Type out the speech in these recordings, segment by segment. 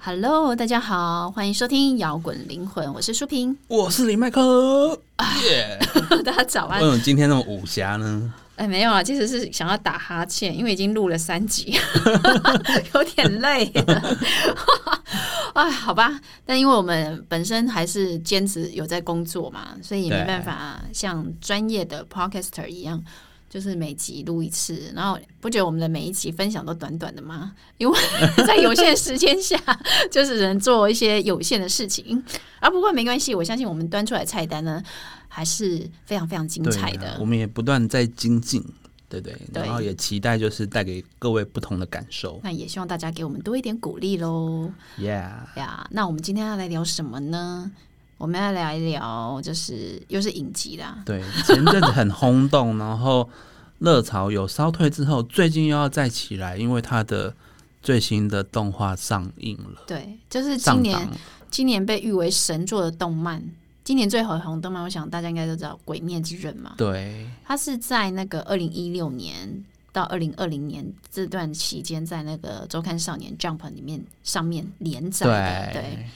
Hello，大家好，欢迎收听《摇滚灵魂》，我是舒萍。我是林麦克，耶！ 大家早为安什。啊么今天那么武侠呢？哎，没有啊，其实是想要打哈欠，因为已经录了三集， 有点累 了。哎，好吧，但因为我们本身还是兼职有在工作嘛，所以也没对办法像专业的 podcaster 一样，就是每集录一次。然后不觉得我们的每一集分享都短短的吗？因 为在有限时间下，就是只能做一些有限的事情。啊，不过没关系，我相信我们端出来的菜单呢，还是非常非常精彩对的啊。我们也不断在精进，对不对？对然后也期待就是带给各位不同的感受那也希望大家给我们多一点鼓励喽，Yeah！呀。那我们今天要来聊什么呢？我们要来聊，就是又是影集啦。对，前阵子很轰动，然后热潮有稍退之后，最近又要再起来，因为它的最新的动画上映了，对，就是今上年档了今年被誉为神作的动漫，今年最火红的动漫，我想大家应该都知道《鬼灭之刃》嘛。对它是在那个二零一六年到二零二零年这段期间，在那个周刊少年 Jump 里面上面连载的。对，对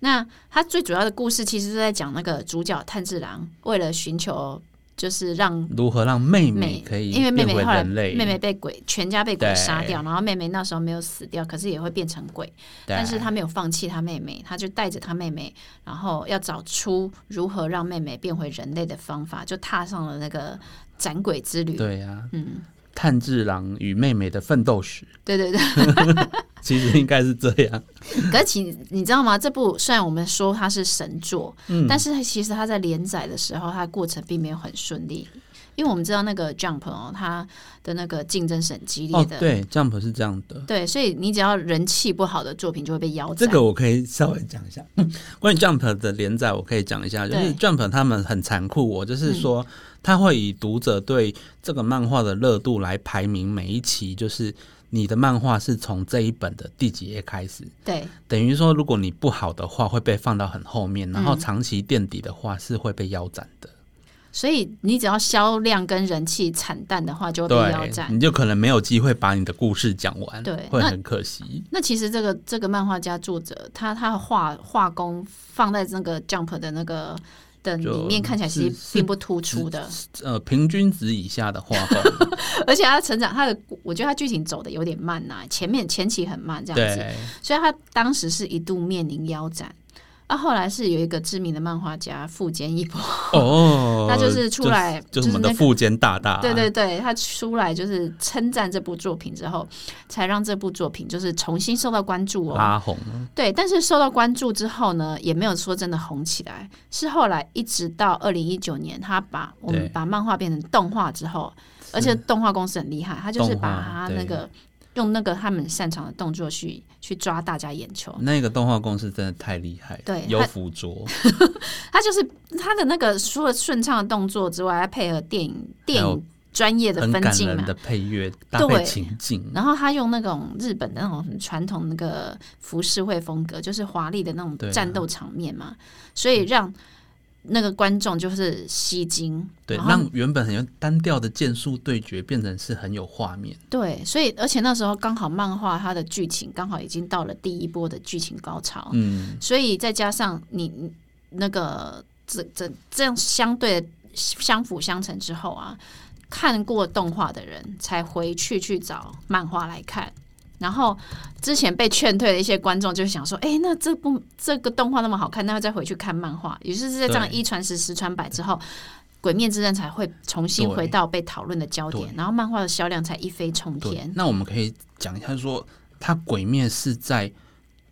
那他最主要的故事其实是在讲那个主角炭治郎为了寻求，就是让如何让妹妹妹可以因为妹妹变后回来人类？妹妹被鬼全家被鬼对杀掉，然后妹妹那时候没有死掉，可是也会变成鬼，对但是他没有放弃他妹妹，他就带着他妹妹，然后要找出如何让妹妹变回人类的方法，就踏上了那个斩鬼之旅。对呀、嗯，啊炭治郎与妹妹的奋斗史，对对 对。 其实应该是这 样。可是其你知道吗？这部虽然我们说它是神作，嗯但是其实它在连载的时候，它的过程并没有很顺利，因为我们知道那个 Jump 哦，它的那个竞争是很激烈哦的，，对，Jump 是这样的。对所以你只要人气不好的作品就会被腰这斩。个我可以稍微讲一下， 关于 Jump 的连载，我可以讲一下，就对嗯是 Jump 他们很残酷、哦，我就是说，他会以读者对这个漫画的热度来排名每一期，就是你的漫画是从这一本的第几页开始，对等于说，如果你不好的话，会被放到很后面，然后嗯长期垫底的话是会被腰斩的，所以你只要销量跟人气惨淡的话，就会被腰对，斩。你就可能没有机会把你的故事讲完，对会那很可惜。那其实这个这个漫画家作者，他他的画画工放在那个 Jump 的那个的就里面看起来其实是并不突出的。呃，平均值以 下的画风，而且他成长，他的我觉得他剧情走的有点慢呐、前面前期很慢这样子，对，所以他当时是一度面临腰斩。啊，后来是有一个知名的漫画家富坚义博， 哦，他就是出来就就是是我们那的个副监大大、对对对，他出来就是称赞这部作品之后，才让这部作品就是重新受到关注哦。拉红，对，但是受到关注之后呢，也没有说真的红起来，是后来一直到二零一九年，他把我们对把漫画变成动画之后，而且动画公司很厉害，他就是动画把他那个用那个他们擅长的动作去去抓大家眼球，那个动画公司真的太厉害了，对有他辅佐，他就是他的那个除了顺畅的动作之外，还配合电影电还影有专业的很分感镜人嘛的。配乐搭配对嗯情境，然后他用那种日本的那种很传统那个浮世绘风格，就是华丽的那种对啊嗯战斗场面嘛，所以让那个观众就是吸睛，对，然后让原本很有单调的剑术对决变成是很有画面，对，所以而且那时候刚好漫画它的剧情刚好已经到了第一波的剧情高潮，嗯，所以再加上你你那个这这这样相对相辅相成之后啊，看过动画的人才回去去找漫画来看。然后之前被劝退的一些观众就想说：“哎，那这部这个动画那么好看，那要再回去看漫画。”于是是在这样对一传十，十传百之后，《鬼灭之刃》才会重新对回到被讨论的焦点，然后漫画的销量才一飞冲对天。。那我们可以讲一下说，它《鬼灭》是在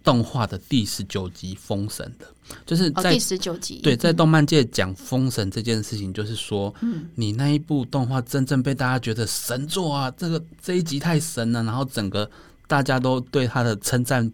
动画的第十九集封神的，就是哦，在第十九集，对，在动漫界讲封神这件事情，就是说，嗯你那一部动画真正被大家觉得神作啊，这个这一集太神了，然后整个大家都对他的称赞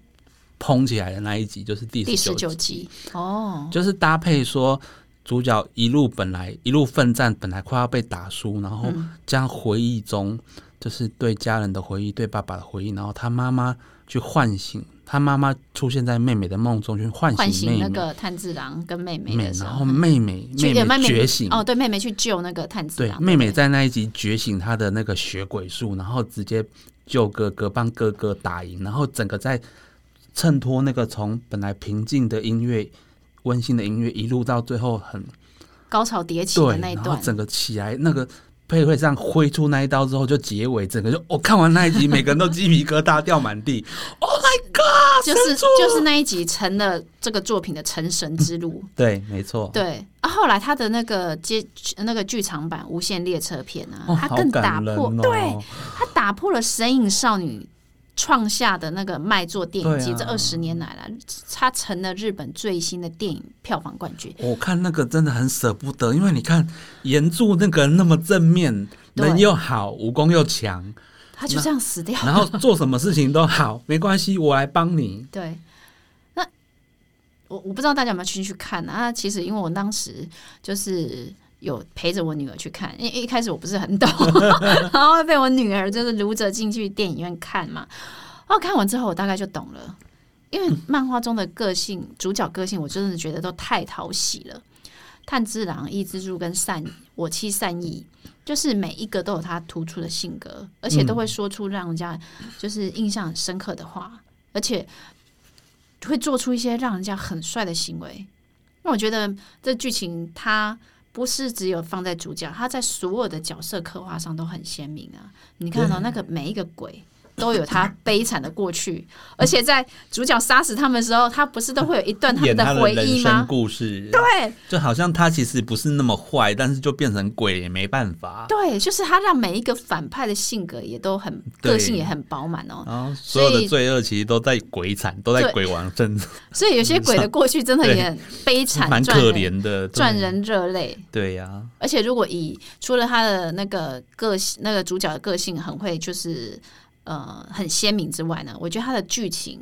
捧起来的那一集，就是第第十十九九，集哦，就是搭配说。主角一路本来一路奋战，本来快要被打输，然后嗯将回忆中，就是对家人的回忆、对爸爸的回忆，然后他妈妈去唤醒他妈妈出现在妹妹的梦中，去唤唤嗯醒妹醒那妹，个炭治郎跟妹妹妹的时然候后，妹妹去妹呃妹觉醒，哦，对，妹妹去救那个炭治对，郎，妹妹对在那一集觉醒她的那个血鬼术，然后直接救哥哥，帮哥哥打赢，然后整个在衬托那个从本来平静的音乐、温馨的音乐，一路到最后很高潮迭起的对，那一然后段，整个起来那个配会上挥出那一刀之后，就结尾整个就我、看完那一集，每个人都鸡皮疙瘩掉满地。Oh my god！就是神助就是那一集成了这个作品的成神之路。对，没错。对啊，后来他的那个接那个剧场版《无限列车篇》啊，哦，他好更打感人破，哦！对，他打破了神隐少女创下的那个卖座电影机，对啊这二十年来了，他成了日本最新的电影票房冠军。我看那个真的很舍不得，因为你看岩柱那个人那么正面，对人又好，武功又强，他就这样死掉然后做什么事情都好，没关系，我来帮你。对，那我我不知道大家有没有去去看啊？其实因为我当时就是有陪着我女儿去看，因为一开始我不是很懂，然后被我女儿就是撸着进去电影院看嘛。哦，看完之后我大概就懂了，因为漫画中的个性、主角个性，我真的觉得都太讨喜了。炭治郎、伊之助跟善我妻善意，就是每一个都有他突出的性格，而且嗯都会说出让人家就是印象很深刻的话，而且会做出一些让人家很帅的行为。那我觉得这剧情它不是只有放在主角，它在所有的角色刻画上都很鲜明啊！你看到、那个每一个鬼。都有他悲惨的过去，而且在主角杀死他们的时候，他不是都会有一段他们演他的的回人忆生吗？故事，对，就好像他其实不是那么坏，但是就变成鬼也没办法。对，就是他让每一个反派的性格也都很对个性也很饱满哦，然后所所以有的罪恶其实都在鬼产，都在鬼王身上，所以有些鬼的过去真的 对也很悲惨，蛮赚可人怜的。对赚，人热泪。对呀、而且如果以除了他的那个个性，那个主角的个性很会就是呃很鲜明之外呢，我觉得他的剧情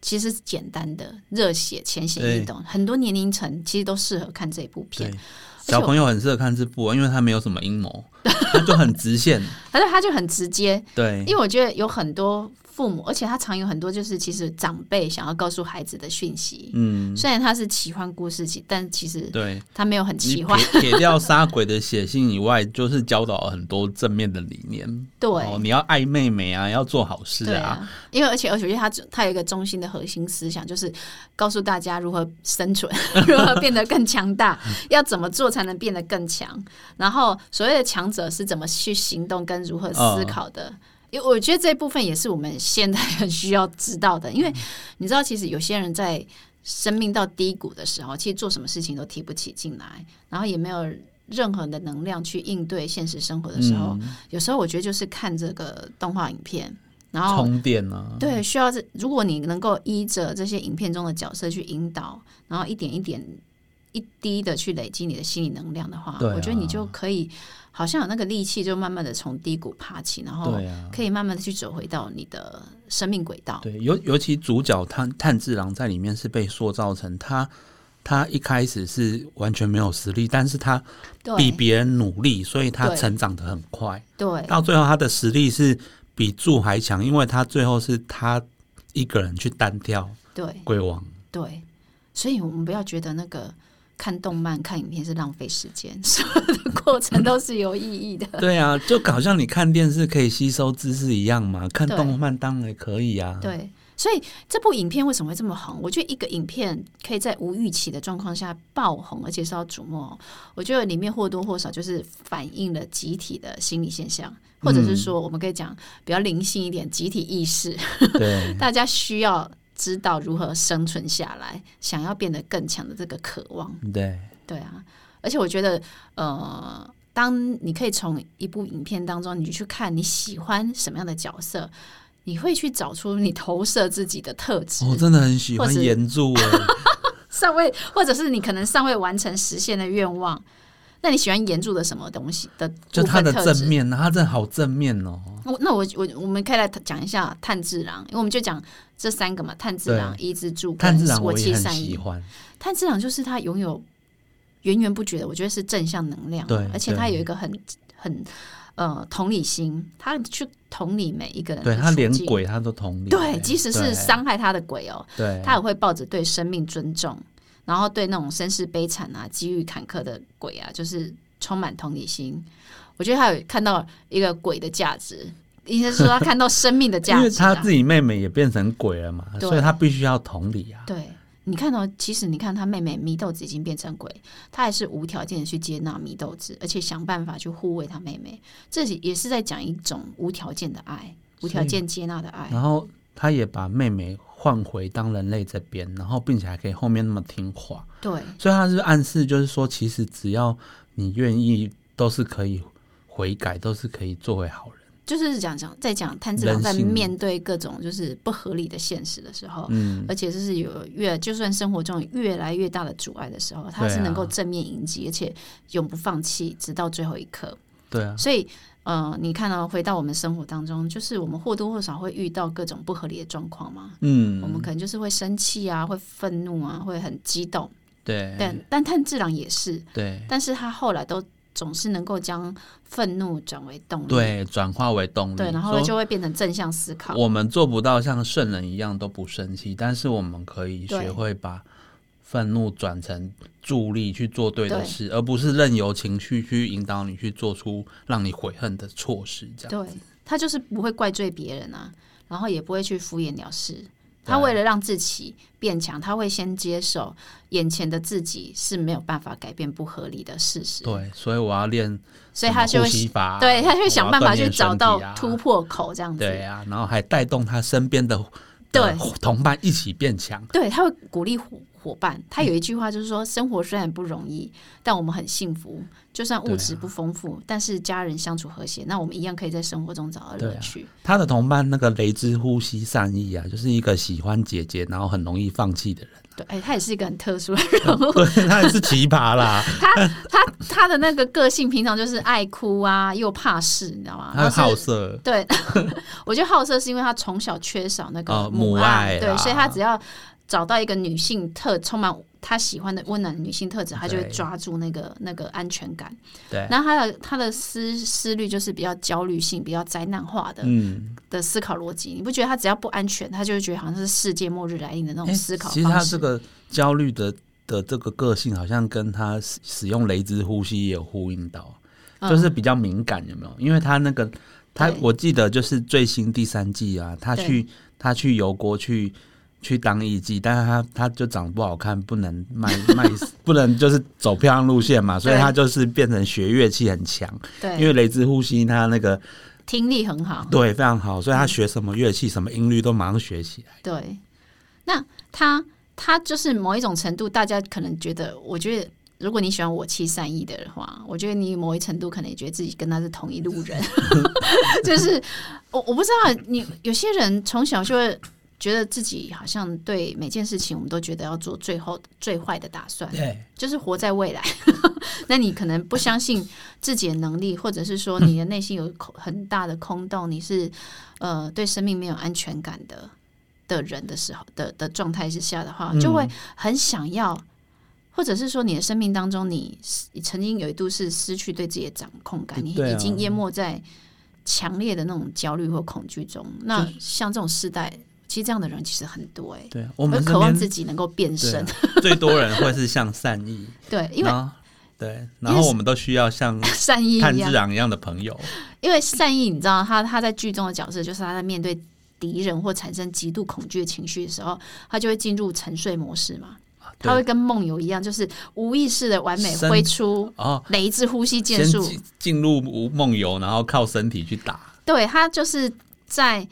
其实是简单的、热血、浅显易对懂，很多年龄层其实都适合看这部片对。小朋友很适合看这部，因为他没有什么阴谋，他就很直线。而且他就很直接，对，因为我觉得有很多父母，而且他常有很多就是其实长辈想要告诉孩子的讯息。嗯，虽然他是奇幻故事集，但其实对。他没有很你奇幻。撇撇掉杀鬼的血性以外，就是教导很多正面的理念。对、哦，你要爱妹妹啊，要做好事对啊，啊，因为而且而且我觉得他他有一个中心的核心思想，就是告诉大家如何生存，如何变得更强大，要怎么做才能变得更强。然后所谓的强者是怎么去行动跟如何思考的。因为我觉得这部分也是我们现在很需要知道的，因为你知道，其实有些人在生命到低谷的时候，其实做什么事情都提不起劲来，然后也没有任何的能量去应对现实生活的时候，嗯有时候我觉得就是看这个动画影片，然后充电啊，对，需要这，如果你能够依着这些影片中的角色去引导，然后一点一点、一滴的去累积你的心理能量的话，对啊我觉得你就可以好像有那个力气，就慢慢的从低谷爬起，然后对啊，可以慢慢的去走回到你的生命轨道。对，尤尤其主角炭炭治郎在里面是被塑造成他，他一开始是完全没有实力，但是他比对别人努力，所以他对成长的很快。对到最后，他的实力是比柱还强，因为他最后是他一个人去单挑对鬼王。对，所以我们不要觉得那个看动漫、看影片是浪费时间， 所有的过程都是有意义的。 对啊，就好像你看电视可以吸收知识一样嘛，看对动漫当然可以啊。对，所以这部影片为什么会这么红？我觉得一个影片可以在无预期的状况下爆红，而且是要瞩目哦。我觉得里面或多或少就是反映了集体的心理现象，或者是说我们可以讲比较灵性一点，集体意识，对大家需要知道如何生存下来，想要变得更强的这个渴望。对对啊，而且我觉得，呃，当你可以从一部影片当中，你去看你喜欢什么样的角色，你会去找出你投射自己的特质。我、真的很喜或欢是岩柱哎、尚未，或者是你可能尚未完成实现的愿望。那你喜欢岩柱的什么东西的就部他分的特正质？面，他真的好正面哦。我那我我我们可以来讲一下炭治郎，因为我们就讲这三个嘛，炭治郎、伊之助跟炭治郎我我妻也很善一喜欢，炭治郎就是他拥有源源不绝的，我觉得是正向能量，啊对而且他对有一个很很呃同理心，他去同理每一个人的对他连处境，鬼他都同理，对，即使是对，伤害他的鬼哦，对，他也会抱着对生命尊重，然后对那种身世悲惨啊、机遇坎坷的鬼啊，就是充满同理心。我觉得他有看到一个鬼的价值，应该是说他看到生命的价因为值、啊。他自己妹妹也变成鬼了嘛，对所以他必须要同理啊。对，你看到、其实你看他妹妹祢豆子已经变成鬼，他还是无条件的去接纳祢豆子，而且想办法去护卫他妹妹。这也是在讲一种无条件的爱，无条件接纳的爱。然后他也把妹妹换回当人类这边，然后并且还可以后面那么听话，对，所以他是暗示就是说，其实只要你愿意，都是可以悔改，都是可以做回好人。就是讲讲在讲炭治郎人在性面对各种就是不合理的现实的时候，嗯，而且就是有越就算生活中有越来越大的阻碍的时候，他对啊是能够正面迎击，而且永不放弃，直到最后一刻。对啊，所以，呃，你看到、回到我们生活当中，就是我们或多或少会遇到各种不合理的状况嘛。嗯，我们可能就是会生气啊，会愤怒啊，会很激动。对但但炭治郎也是，对但是他后来都总是能够将愤怒转为动力，对，转化为动力。对然后说就会变成正向思考。我们做不到像圣人一样都不生气，但是我们可以对学会把愤怒转成助力去做对的对事，而不是任由情绪去引导你去做出让你悔恨的措施。这样对他就是不会怪罪别人啊，然后也不会去敷衍了事。他对为了让自己变强，他会先接受眼前的自己是没有办法改变不合理的事实，对，所以我要练，所以他就呼会吸法啊，对，他就会想办法我要去锻炼身找体到啊突破口，这样子。对啊，然后还带动他身边的的同伴一起变强。对，他会鼓励伙伙伴。他嗯有一句话就是说：“生活虽然不容易，但我们很幸福。就算啊物质不丰富，但是家人相处和谐，那我们一样可以在生活中找到乐对啊趣。他的同伴那个雷之呼吸善意啊，就是一个喜欢姐姐，然后很容易放弃的人。对”哎，他也是一个很特殊的人物。对，他也是奇葩啦，他他的那个个性平常就是爱哭啊，又怕事，你知道吗？他然后好是色。对， 我觉得好色是因为他从小缺少那个哦母爱，爱对，啦所以他只要找到一个女性特充满他喜欢的温暖的女性特质，他就会对抓住那个那个安全感。对然后他的他的思思虑就是比较焦虑性、比较灾难化的、嗯，的思考逻辑。你不觉得他只要不安全，他就会觉得好像是世界末日来临的那种诶思考其实他方这式？个焦虑的的这个个性，好像跟他使使用雷之呼吸也有呼应到，嗯就是比较敏感，有没有？因为他那个他对，我记得就是最新第三季啊，他对去他去油锅去。去当艺妓，但是他他就长得不好看，不 能卖卖，不能就是走漂亮路线嘛，所以对他就是变成学乐器很强，对，因为雷之呼吸他那个听力很好。对非常好，所以他学什么乐器、什么音律都马上学起来。对，那他他就是某一种程度，大家可能觉得，我觉得如果你喜欢我妻善意的话，我觉得你某一程度可能也觉得自己跟他是同一路人，就是我我不知道你有些人从小就会。觉得自己好像对每件事情，我们都觉得要做最后最坏的打算，对，就是活在未来。 那你可能不相信自己的能力，或者是嗯说你的内心有空很大的空洞，你是呃对生命没有安全感的的人的时候的的状态之下的话，嗯就会很想要，或者是说你的生命当中你，你曾经有一度是失去对自己的掌控感，你对啊已经淹没在强烈的那种焦虑或恐惧中。那像这种世代，其实这样的人其实很多哎、欸。对我会们渴望这边啊自己能够变身，最多人会是像善意， 对， 因为然后对，因为然后我们都需要像 善意一炭样，治郎一样的朋友，因为善意，你知道他他在剧中的角色就是他在面对敌人或产生极度恐惧的情绪的时候，他就会进入沉睡模式嘛，他会啊对跟梦游一样，就是无意识的完美身挥出哦，雷之呼吸先剑术。进进入梦游，然后靠身体去打，对他就是在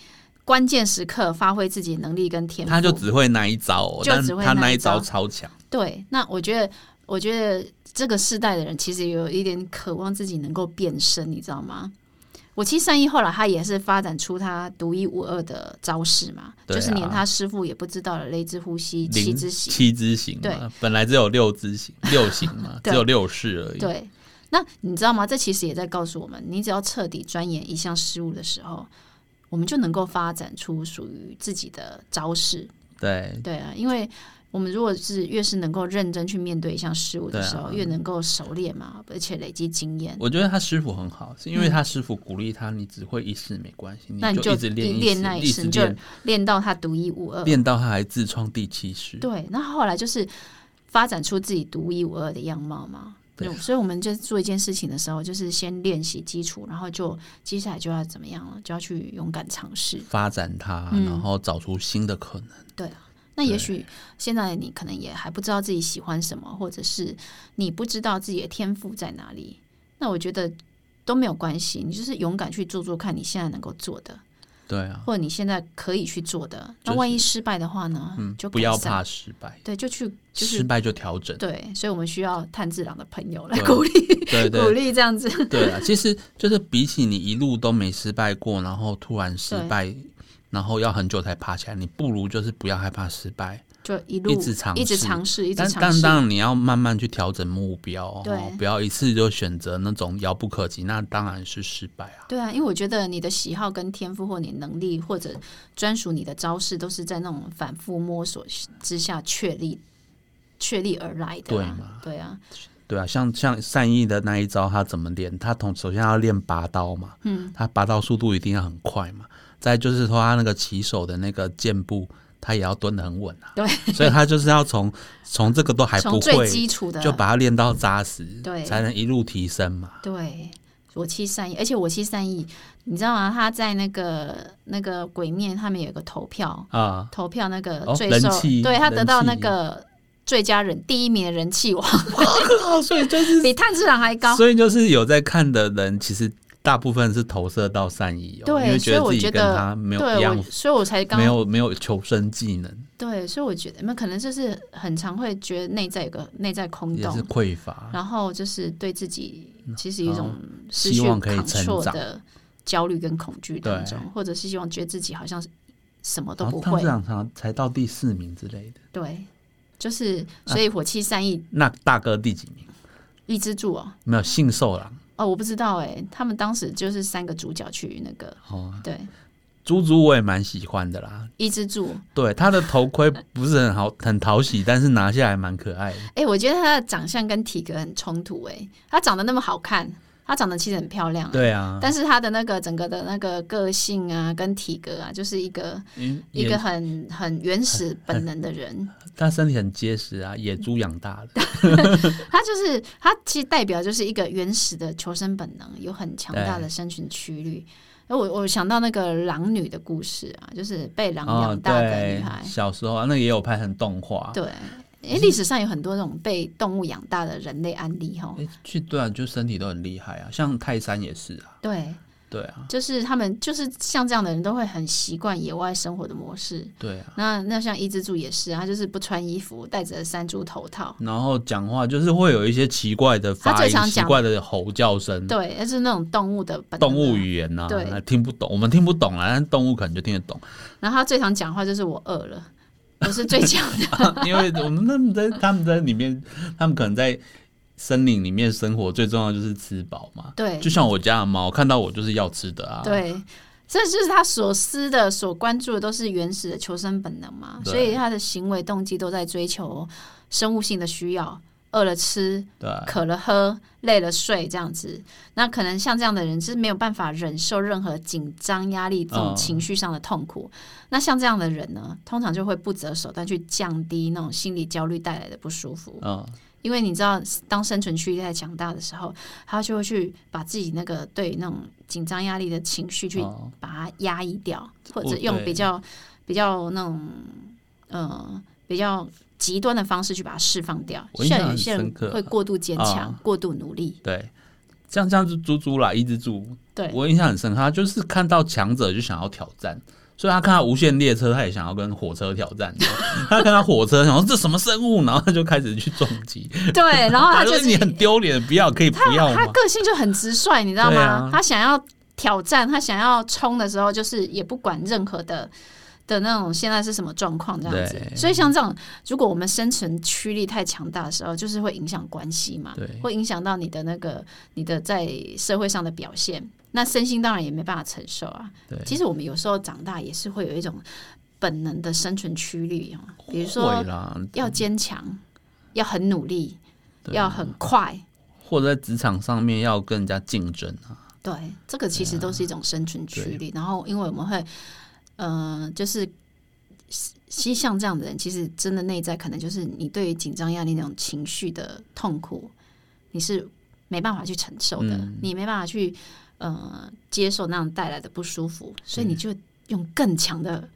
关键时刻发挥自己的能力跟天赋，他就只会那一招哦，就但只会他那那一一招招超强，对。那我觉得，我觉得这个世代的人其实有一点渴望自己能够变身，你知道吗？我其实善意后来他也是发展出他独一无二的招式嘛，对啊就是连他师傅也不知道的雷之呼吸、七零之息。七之行嘛，本来只有六 之行，六行嘛，只对有六式而已，对，那你知道吗？这其实也在告诉我们，你只要彻底钻研一项事物的时候，我们就能够发展出属于自己的招式。对对啊，因为我们如果是越是能够认真去面对一项事物的时候，对啊越能够熟练嘛，而且累积经验。我觉得他师傅很好，是因为他师傅鼓励他，你只会一式没关系，那你就就一直练一一练式那一一式直你就练，练到他独一无二。练到他还自创第七式，对，那后来就是发展出自己独一无二的样貌嘛。对就所以我们就做一件事情的时候，就是先练习基础，然后就接下来就要怎么样了，就要去勇敢尝试。发展它，嗯然后找出新的可能。那也对许现在你可能也还不知道自己喜欢什么，或者是你不知道自己的天赋在哪里。那我觉得都没有关系，你就是勇敢去做做看，你现在能够做的，对啊，或者你现在可以去做的。那就是万一失败的话呢？嗯，就不要改善，怕失败，对，就去就是失败就调整。对，所以我们需要炭治郎的朋友来对鼓励对 鼓对励这样子。对啊，其实就是比起你一路都没失败过，然后突然失对败，然后要很久才爬起来，你不如就是不要害怕失败，就一路一直尝试一直尝试，一直但尝但试。当然你要慢慢去调整目标哦，对不要一次就选择那种遥不可及，那当然是失败啊。对啊，因为我觉得你的喜好跟天赋，或你能力，或者专属你的招式，都是在那种反复摸索之下确立、确立而来的、对啊嘛。对啊，对啊，像像善意的那一招，他怎么练？他同首先要练拔刀嘛，嗯，他拔刀速度一定要很快嘛。再就是说，他那个起手的那个箭步，他也要蹲得很稳啊。对，所以他就是要从从这个都还从不最会，基础的就把它练到扎实，对才能一路提升嘛。对。我七三一，而且我七三一，你知道吗？他在那个那个鬼面，他们有一个投票，啊、 投票那个哦最人受，气对他得到人那气个最佳人第一名的人气王， 啊所以就是，比炭治郎还高。所以就是有在看的人，其实大部分是投射到善意、哦，对因为所以得我自己觉跟得他没有一对，样我，所以我才刚没有没有求生技能，对，所以我觉得那可能就是很常会觉得内在有个内在空也洞是，匮乏。然后就是对自己其实有一种失哦希去望可以成 control 长的焦虑跟恐惧当中，对哦或者是希望觉得自己好像是什么都然不后他们会这，两场才到第四名之类的。对，就是啊所以火气三亿那大哥第几名？一支柱哦，没有信受狼哦，我不知道哎，他们当时就是三个主角去那个哦，对猪猪我也蛮喜欢的啦。一支柱，对，他的头盔不是 很好，很讨喜，但是拿下来蛮可爱的。哎、我觉得她的长相跟体格很冲突哎，她长得那么好看，她长得其实很漂亮、啊，对啊，但是他的那个整个的那个个性啊，跟体格啊，就是一个因为一野个很很原始本能的人。他身体很结实啊，野猪养大的。他就是他其实代表就是一个原始的求生本能，有很强大的生存驱力。而我我想到那个狼女的故事啊，就是被狼哦，养大的女对孩，，小时候啊，那也有拍成动画。对。因为历史上有很多那种被动物养大的人类案例哈，诶去对啊，就身体都很厉害啊，像泰山也是啊，对，对啊，就是他们就是像这样的人都会很习惯野外生活的模式，对啊。那那像伊之助也是啊，他就是不穿衣服，戴着山猪头套，然后讲话就是会有一些奇怪的他发最音常，奇讲怪的吼叫声，对，那是那种动物的本能嗯动物。语言呐、对那听不懂，我们听不懂啊，但动物可能就听得懂， 然后他最常讲话就是我饿了，我是最强 的。因为我们他们在他们在里面，他们可能在森林里面生活，最重要就是吃饱嘛。对就像我家的猫，看到我就是要吃的啊。，对，这就是他所思的、所关注的都是原始的求生本能嘛，对所以他的行为动机都在追求生物性的需要，饿了吃，对啊渴了喝，累了睡这样子。那可能像这样的人是没有办法忍受任何紧张、压力这种嗯情绪上的痛苦。那像这样的人呢，通常就会不择手段去降低那种心理焦虑带来的不舒服。嗯，因为你知道，当生存区太强大的时候，他就会去把自己那个对那种紧张、压力的情绪去哦把它压抑掉，或者对用比较比较那种呃比较极端的方式去把它释放掉。我印象像有很些深人刻会过度坚强、啊过度努力，对，像像是猪猪啦，一只猪， 对我印象很深刻，他就是看到强者就想要挑战。所以他看到无限列车，他也想要跟火车挑战。 他看到火车，然后这什么生物，然后他就开始去撞击。对，然后他就就是你很丢脸，不要可以不要他吗？个性就很直率，你知道吗？对啊他想要挑战，他想要冲的时候，就是也不管任何的的那种现在是什么状况这样子。对所以像这种，如果我们生存驱力太强大的时候，就是会影响关系嘛，对会影响到你的那个你的在社会上的表现。那身心当然也没办法承受啊。对，其实我们有时候长大也是会有一种本能的生存驱力啊，比如会说啦，要坚强，要很努力，对要很快。或者在职场上面要跟人家竞争啊，对，这个其实都是一种生存驱力。然后，因为我们会，呃，就是其实像这样的人，其实真的内在可能就是你对于紧张、压力那种情绪的痛苦，你是没办法去承受的，嗯你没办法去呃接受那样带来的不舒服，所以你就用更强的、嗯哦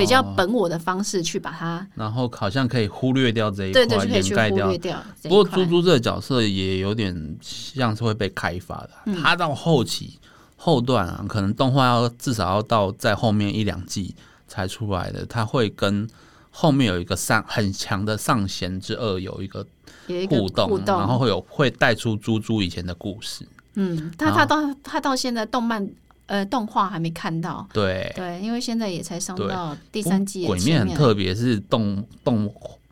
比较本我的方式去把它，然后好像可以忽略掉这一对块，对，就可以去掩盖忽掉略。掉这不过一块猪。猪这个角色也有点像是会被开发的啊，嗯他到后期后段啊，可能动画要至少要到在后面一两季才出来的，他会跟后面有一个上很强的上弦之二有一个有一个互动，然后会有会带出猪猪以前的故事，嗯，他好他到他到现在动漫呃动画还没看到，对。对，因为现在也才上对到第三季的鬼前面很面特别，是动动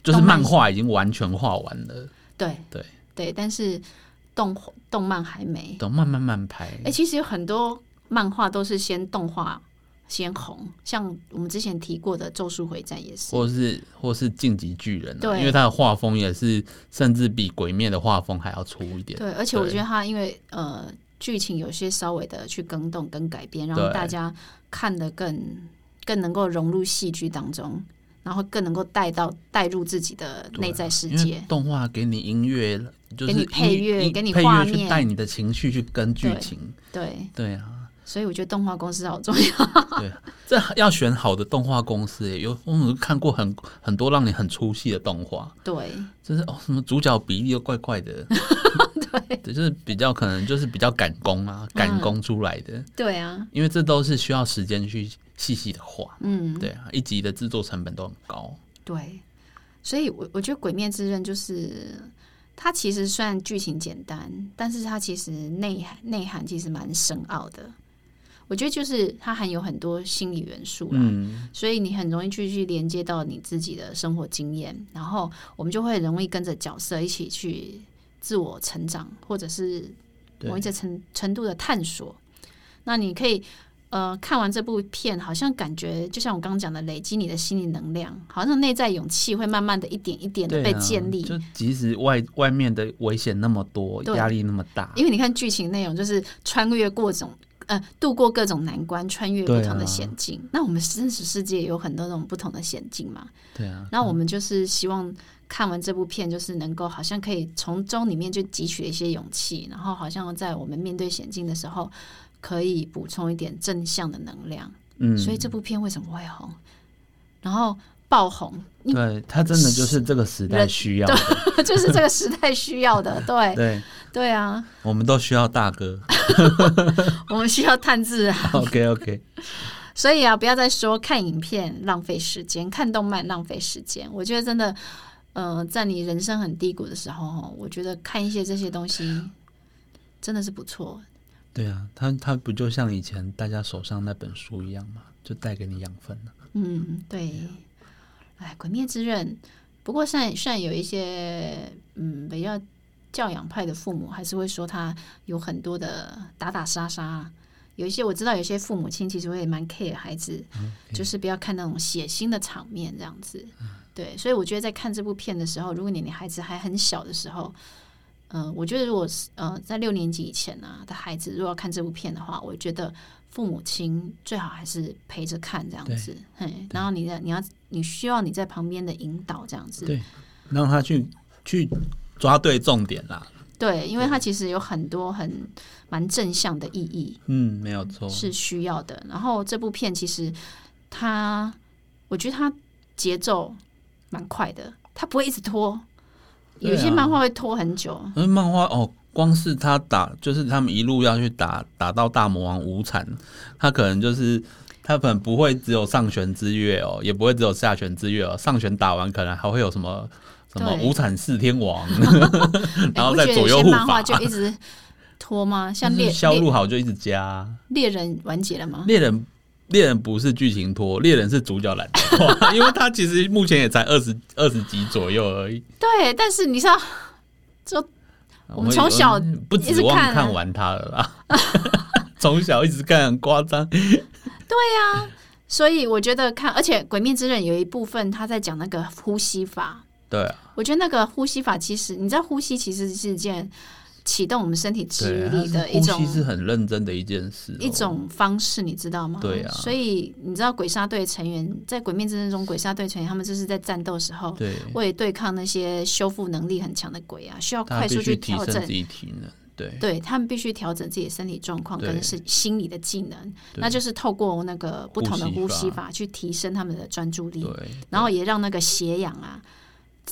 就是动漫漫画已经完全画完了，对对对，但是动动漫还没。等慢慢慢拍。哎、其实有很多漫画都是先动画先红，像我们之前提过的《咒术回战》也是。或是或是晋级巨人、啊，对因为他的画风也是甚至比鬼灭的画风还要粗一点。对，而且我对觉得它因为呃剧情有些稍微的去更动跟改编，让对大家看得更更能够融入戏剧当中，然后更能够带到带入自己的内在世啊因为界。动画给你音乐，就给是你音配乐音给你配画乐面去带你的情绪去跟剧情。对，对啊，所以我觉得动画公司好重要。 对，这要选好的动画公司耶。有我有看过很很多让你很出戏的动画，对，就是哦什么主角比例又怪怪的， 对，嗯对，就是比较可能就是比较赶工啊，赶工出来的，对啊，因为这都是需要时间去细细的画。嗯，对啊，一集的制作成本都很高。对，所以我我觉得《鬼灭之刃》就是它其实虽然剧情简单，但是它其实内涵内涵其实蛮深奥的。我觉得就是它含有很多心理元素啦，嗯，所以你很容易去去连接到你自己的生活经验，然后我们就会容易跟着角色一起去自我成长，或者是对某一些程程度的探索。那你可以呃看完这部片，好像感觉就像我刚刚讲的，累积你的心理能量，好像内在勇气会慢慢的一点一点的对被啊建立。就即使外外面的危险那么多，对压力那么大，因为你看剧情内容就是穿越各种呃度过各种难关，穿越不对啊同的险境。那我们真实世界也有很多种不同的险境嘛。对啊，那我们就是希望看完这部片，就是能够好像可以从中里面就汲取一些勇气，然后好像在我们面对险境的时候，可以补充一点正向的能量。嗯，所以这部片为什么会红？然后爆红， 你对他真的就是这个时代需要的，就是这个时代需要的。对对，对啊，我们都需要大哥。我们需要探自然。 OK OK，所以啊，不要再说看影片浪费时间，看动漫浪费时间。我觉得真的，呃，在你人生很低谷的时候，哦我觉得看一些这些东西真的是不错。 对啊，他他不就像以前大家手上那本书一样嘛，就带给你养分了。嗯，对。哎，《鬼灭之刃》，不过现在现在有一些嗯比较教养派的父母，还是会说他有很多的打打杀杀。有一些我知道，有些父母亲其实会蛮 care 孩子，就是不要看那种血腥的场面这样子。对，所以我觉得在看这部片的时候，如果你的孩子还很小的时候，嗯、我觉得如果是呃在六年级以前呢、的孩子，如果要看这部片的话，我觉得父母亲最好还是陪着看这样子，嘿，然后你的你要你需要你在旁边的引导这样子，对让他去去抓对重点啦。对，因为它其实有很多很蛮正向的意义嗯，没有错。是需要的。然后这部片其实它，我觉得它节奏蛮快的，它不会一直拖。对啊有些漫画会拖很 久，因为漫画哦，光是他打，就是他们一路要去打，打到大魔王无惨，他可能就是他可能不会只有上弦之月哦，也不会只有下弦之月哦，上弦打完可能还会有什么什么对无惨四 天王，哎然后不再觉得有左右些护漫画法，就一直拖吗？ 像就猎是销猎路好就一直加。猎人完结了吗？猎人猎人不是剧情拖，猎人是主角懒惰， 因为他其实目前也才二十二十集左右而已。对，但是你知道，我们从小不一直指望看啊看完它了啦， 从小一直看很夸张。所以我觉得看，而且《鬼灭之刃》有一部分他在讲那个呼吸法，对啊，我觉得那个呼吸法其实，你知道呼吸其实是一件启动我们身体对治，愈啊它力是的一呼种吸是很认真的一件事哦、一种方式，你知道吗？对啊所以你知道鬼杀队成员在《鬼灭之刃》中，鬼杀队成员他们就是在战斗时候，对，为了对抗那些修复能力很强的鬼啊，需要大家快速必去须提调升整自己体能，对对他们必须调整自己的身体状况对跟是心理的技能，对那就是透过那个不同的呼呼吸法吸法去提升他们的专注力，对，然后也让那个血氧啊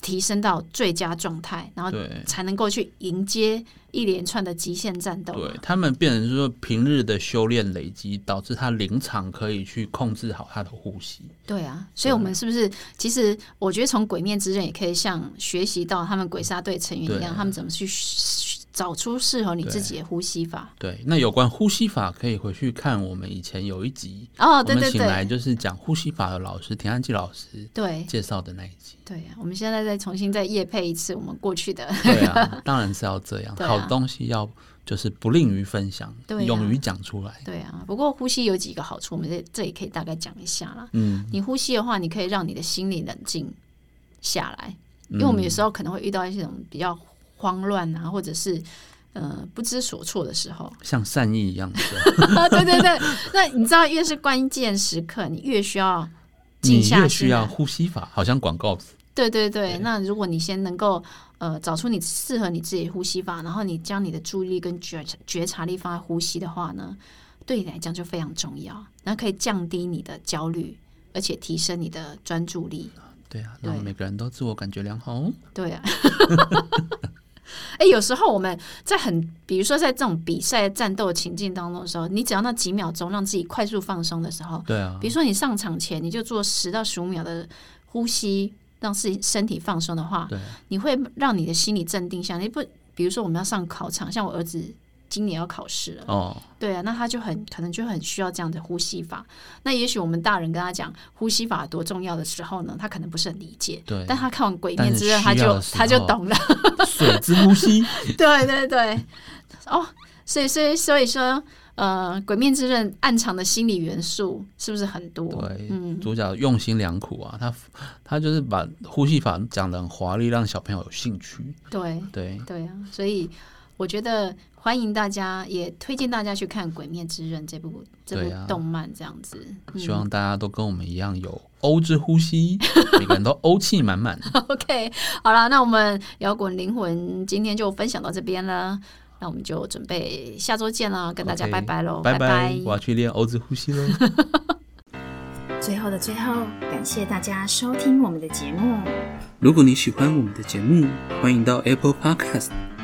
提升到最佳状态，然后对。才能够去迎接一连串的极限战斗嘛。对他们变成是说，平日的修炼累积，导致他临场可以去控制好他的呼吸。对啊，所以我们是不是其实我觉得从《鬼面之刃》也可以像学习到他们鬼杀队成员一对样，他们怎么去找出适合你自己的呼吸法。对，那有关呼吸法，可以回去看我们以前有一集，哦，对对我们请来对，就是讲呼吸法的老师田安纪老师对介绍的那一集。对啊，我们现在再重新再夜配一次我们过去的。 对啊，当然是要这样，对啊好东西要就是不吝于分享，对啊勇于讲出来。对啊，不过呼吸有几个好处，我们这这里可以大概讲一下啦。嗯，你呼吸的话，你可以让你的心理冷静下来，嗯因为我们有时候可能会遇到一些种比较慌乱啊，或者是呃不知所措的时候， 像善意一样的，对对对，那你知道越是关键时刻，你越需要你静下越心需来要。呼吸法，好像广告词。对对对，对那如果你先能够呃找出你适合你自己的呼吸法，然后你将你的注意力跟觉觉察力放在呼吸的话呢，对你来讲就非常重要，然后可以降低你的焦虑，而且提升你的专注力。对啊，让对每个人都自我感觉良好哦。对啊。 哎、有时候我们在很，比如说在这种比赛、战斗情境当中的时候，你只要那几秒钟让自己快速放松的时候，对啊比，如说你上场前你就做十到十五秒的呼吸，让自己身体放松的话，对你会让你的心理镇定下来。你不，比如说我们要上考场，像我儿子今年要考试了，哦，对啊，那他就很可能就很需要这样的呼吸法。那也许我们大人跟他讲呼吸法多重要的时候呢，他可能不是很理解。 对，但他看完《鬼但面是之刃》，他需要就的时他就候懂了。 水之呼吸，对对对，哦，所以所以所以说，呃，《鬼面之刃》暗藏的心理元素是不是很多？对嗯，主角用心良苦啊，他他就是把呼吸法讲的很华丽，让小朋友有兴趣。对。对，对啊，所以我觉得欢迎大家，也推荐大家去看《鬼灭之刃》这部这对啊部动漫，这样子。 希望大家都跟我们一样有欧之 呼吸，每个人都欧气满满。 OK，好了，那我们摇滚灵魂今天就分享到这边了，那我们就准备下周见了，跟大家 OK，拜拜喽拜拜我要去练欧之呼吸喽。最后的最后，感谢大家收听我们的节目。如果你喜欢我们的节目，欢迎到 Apple Podcast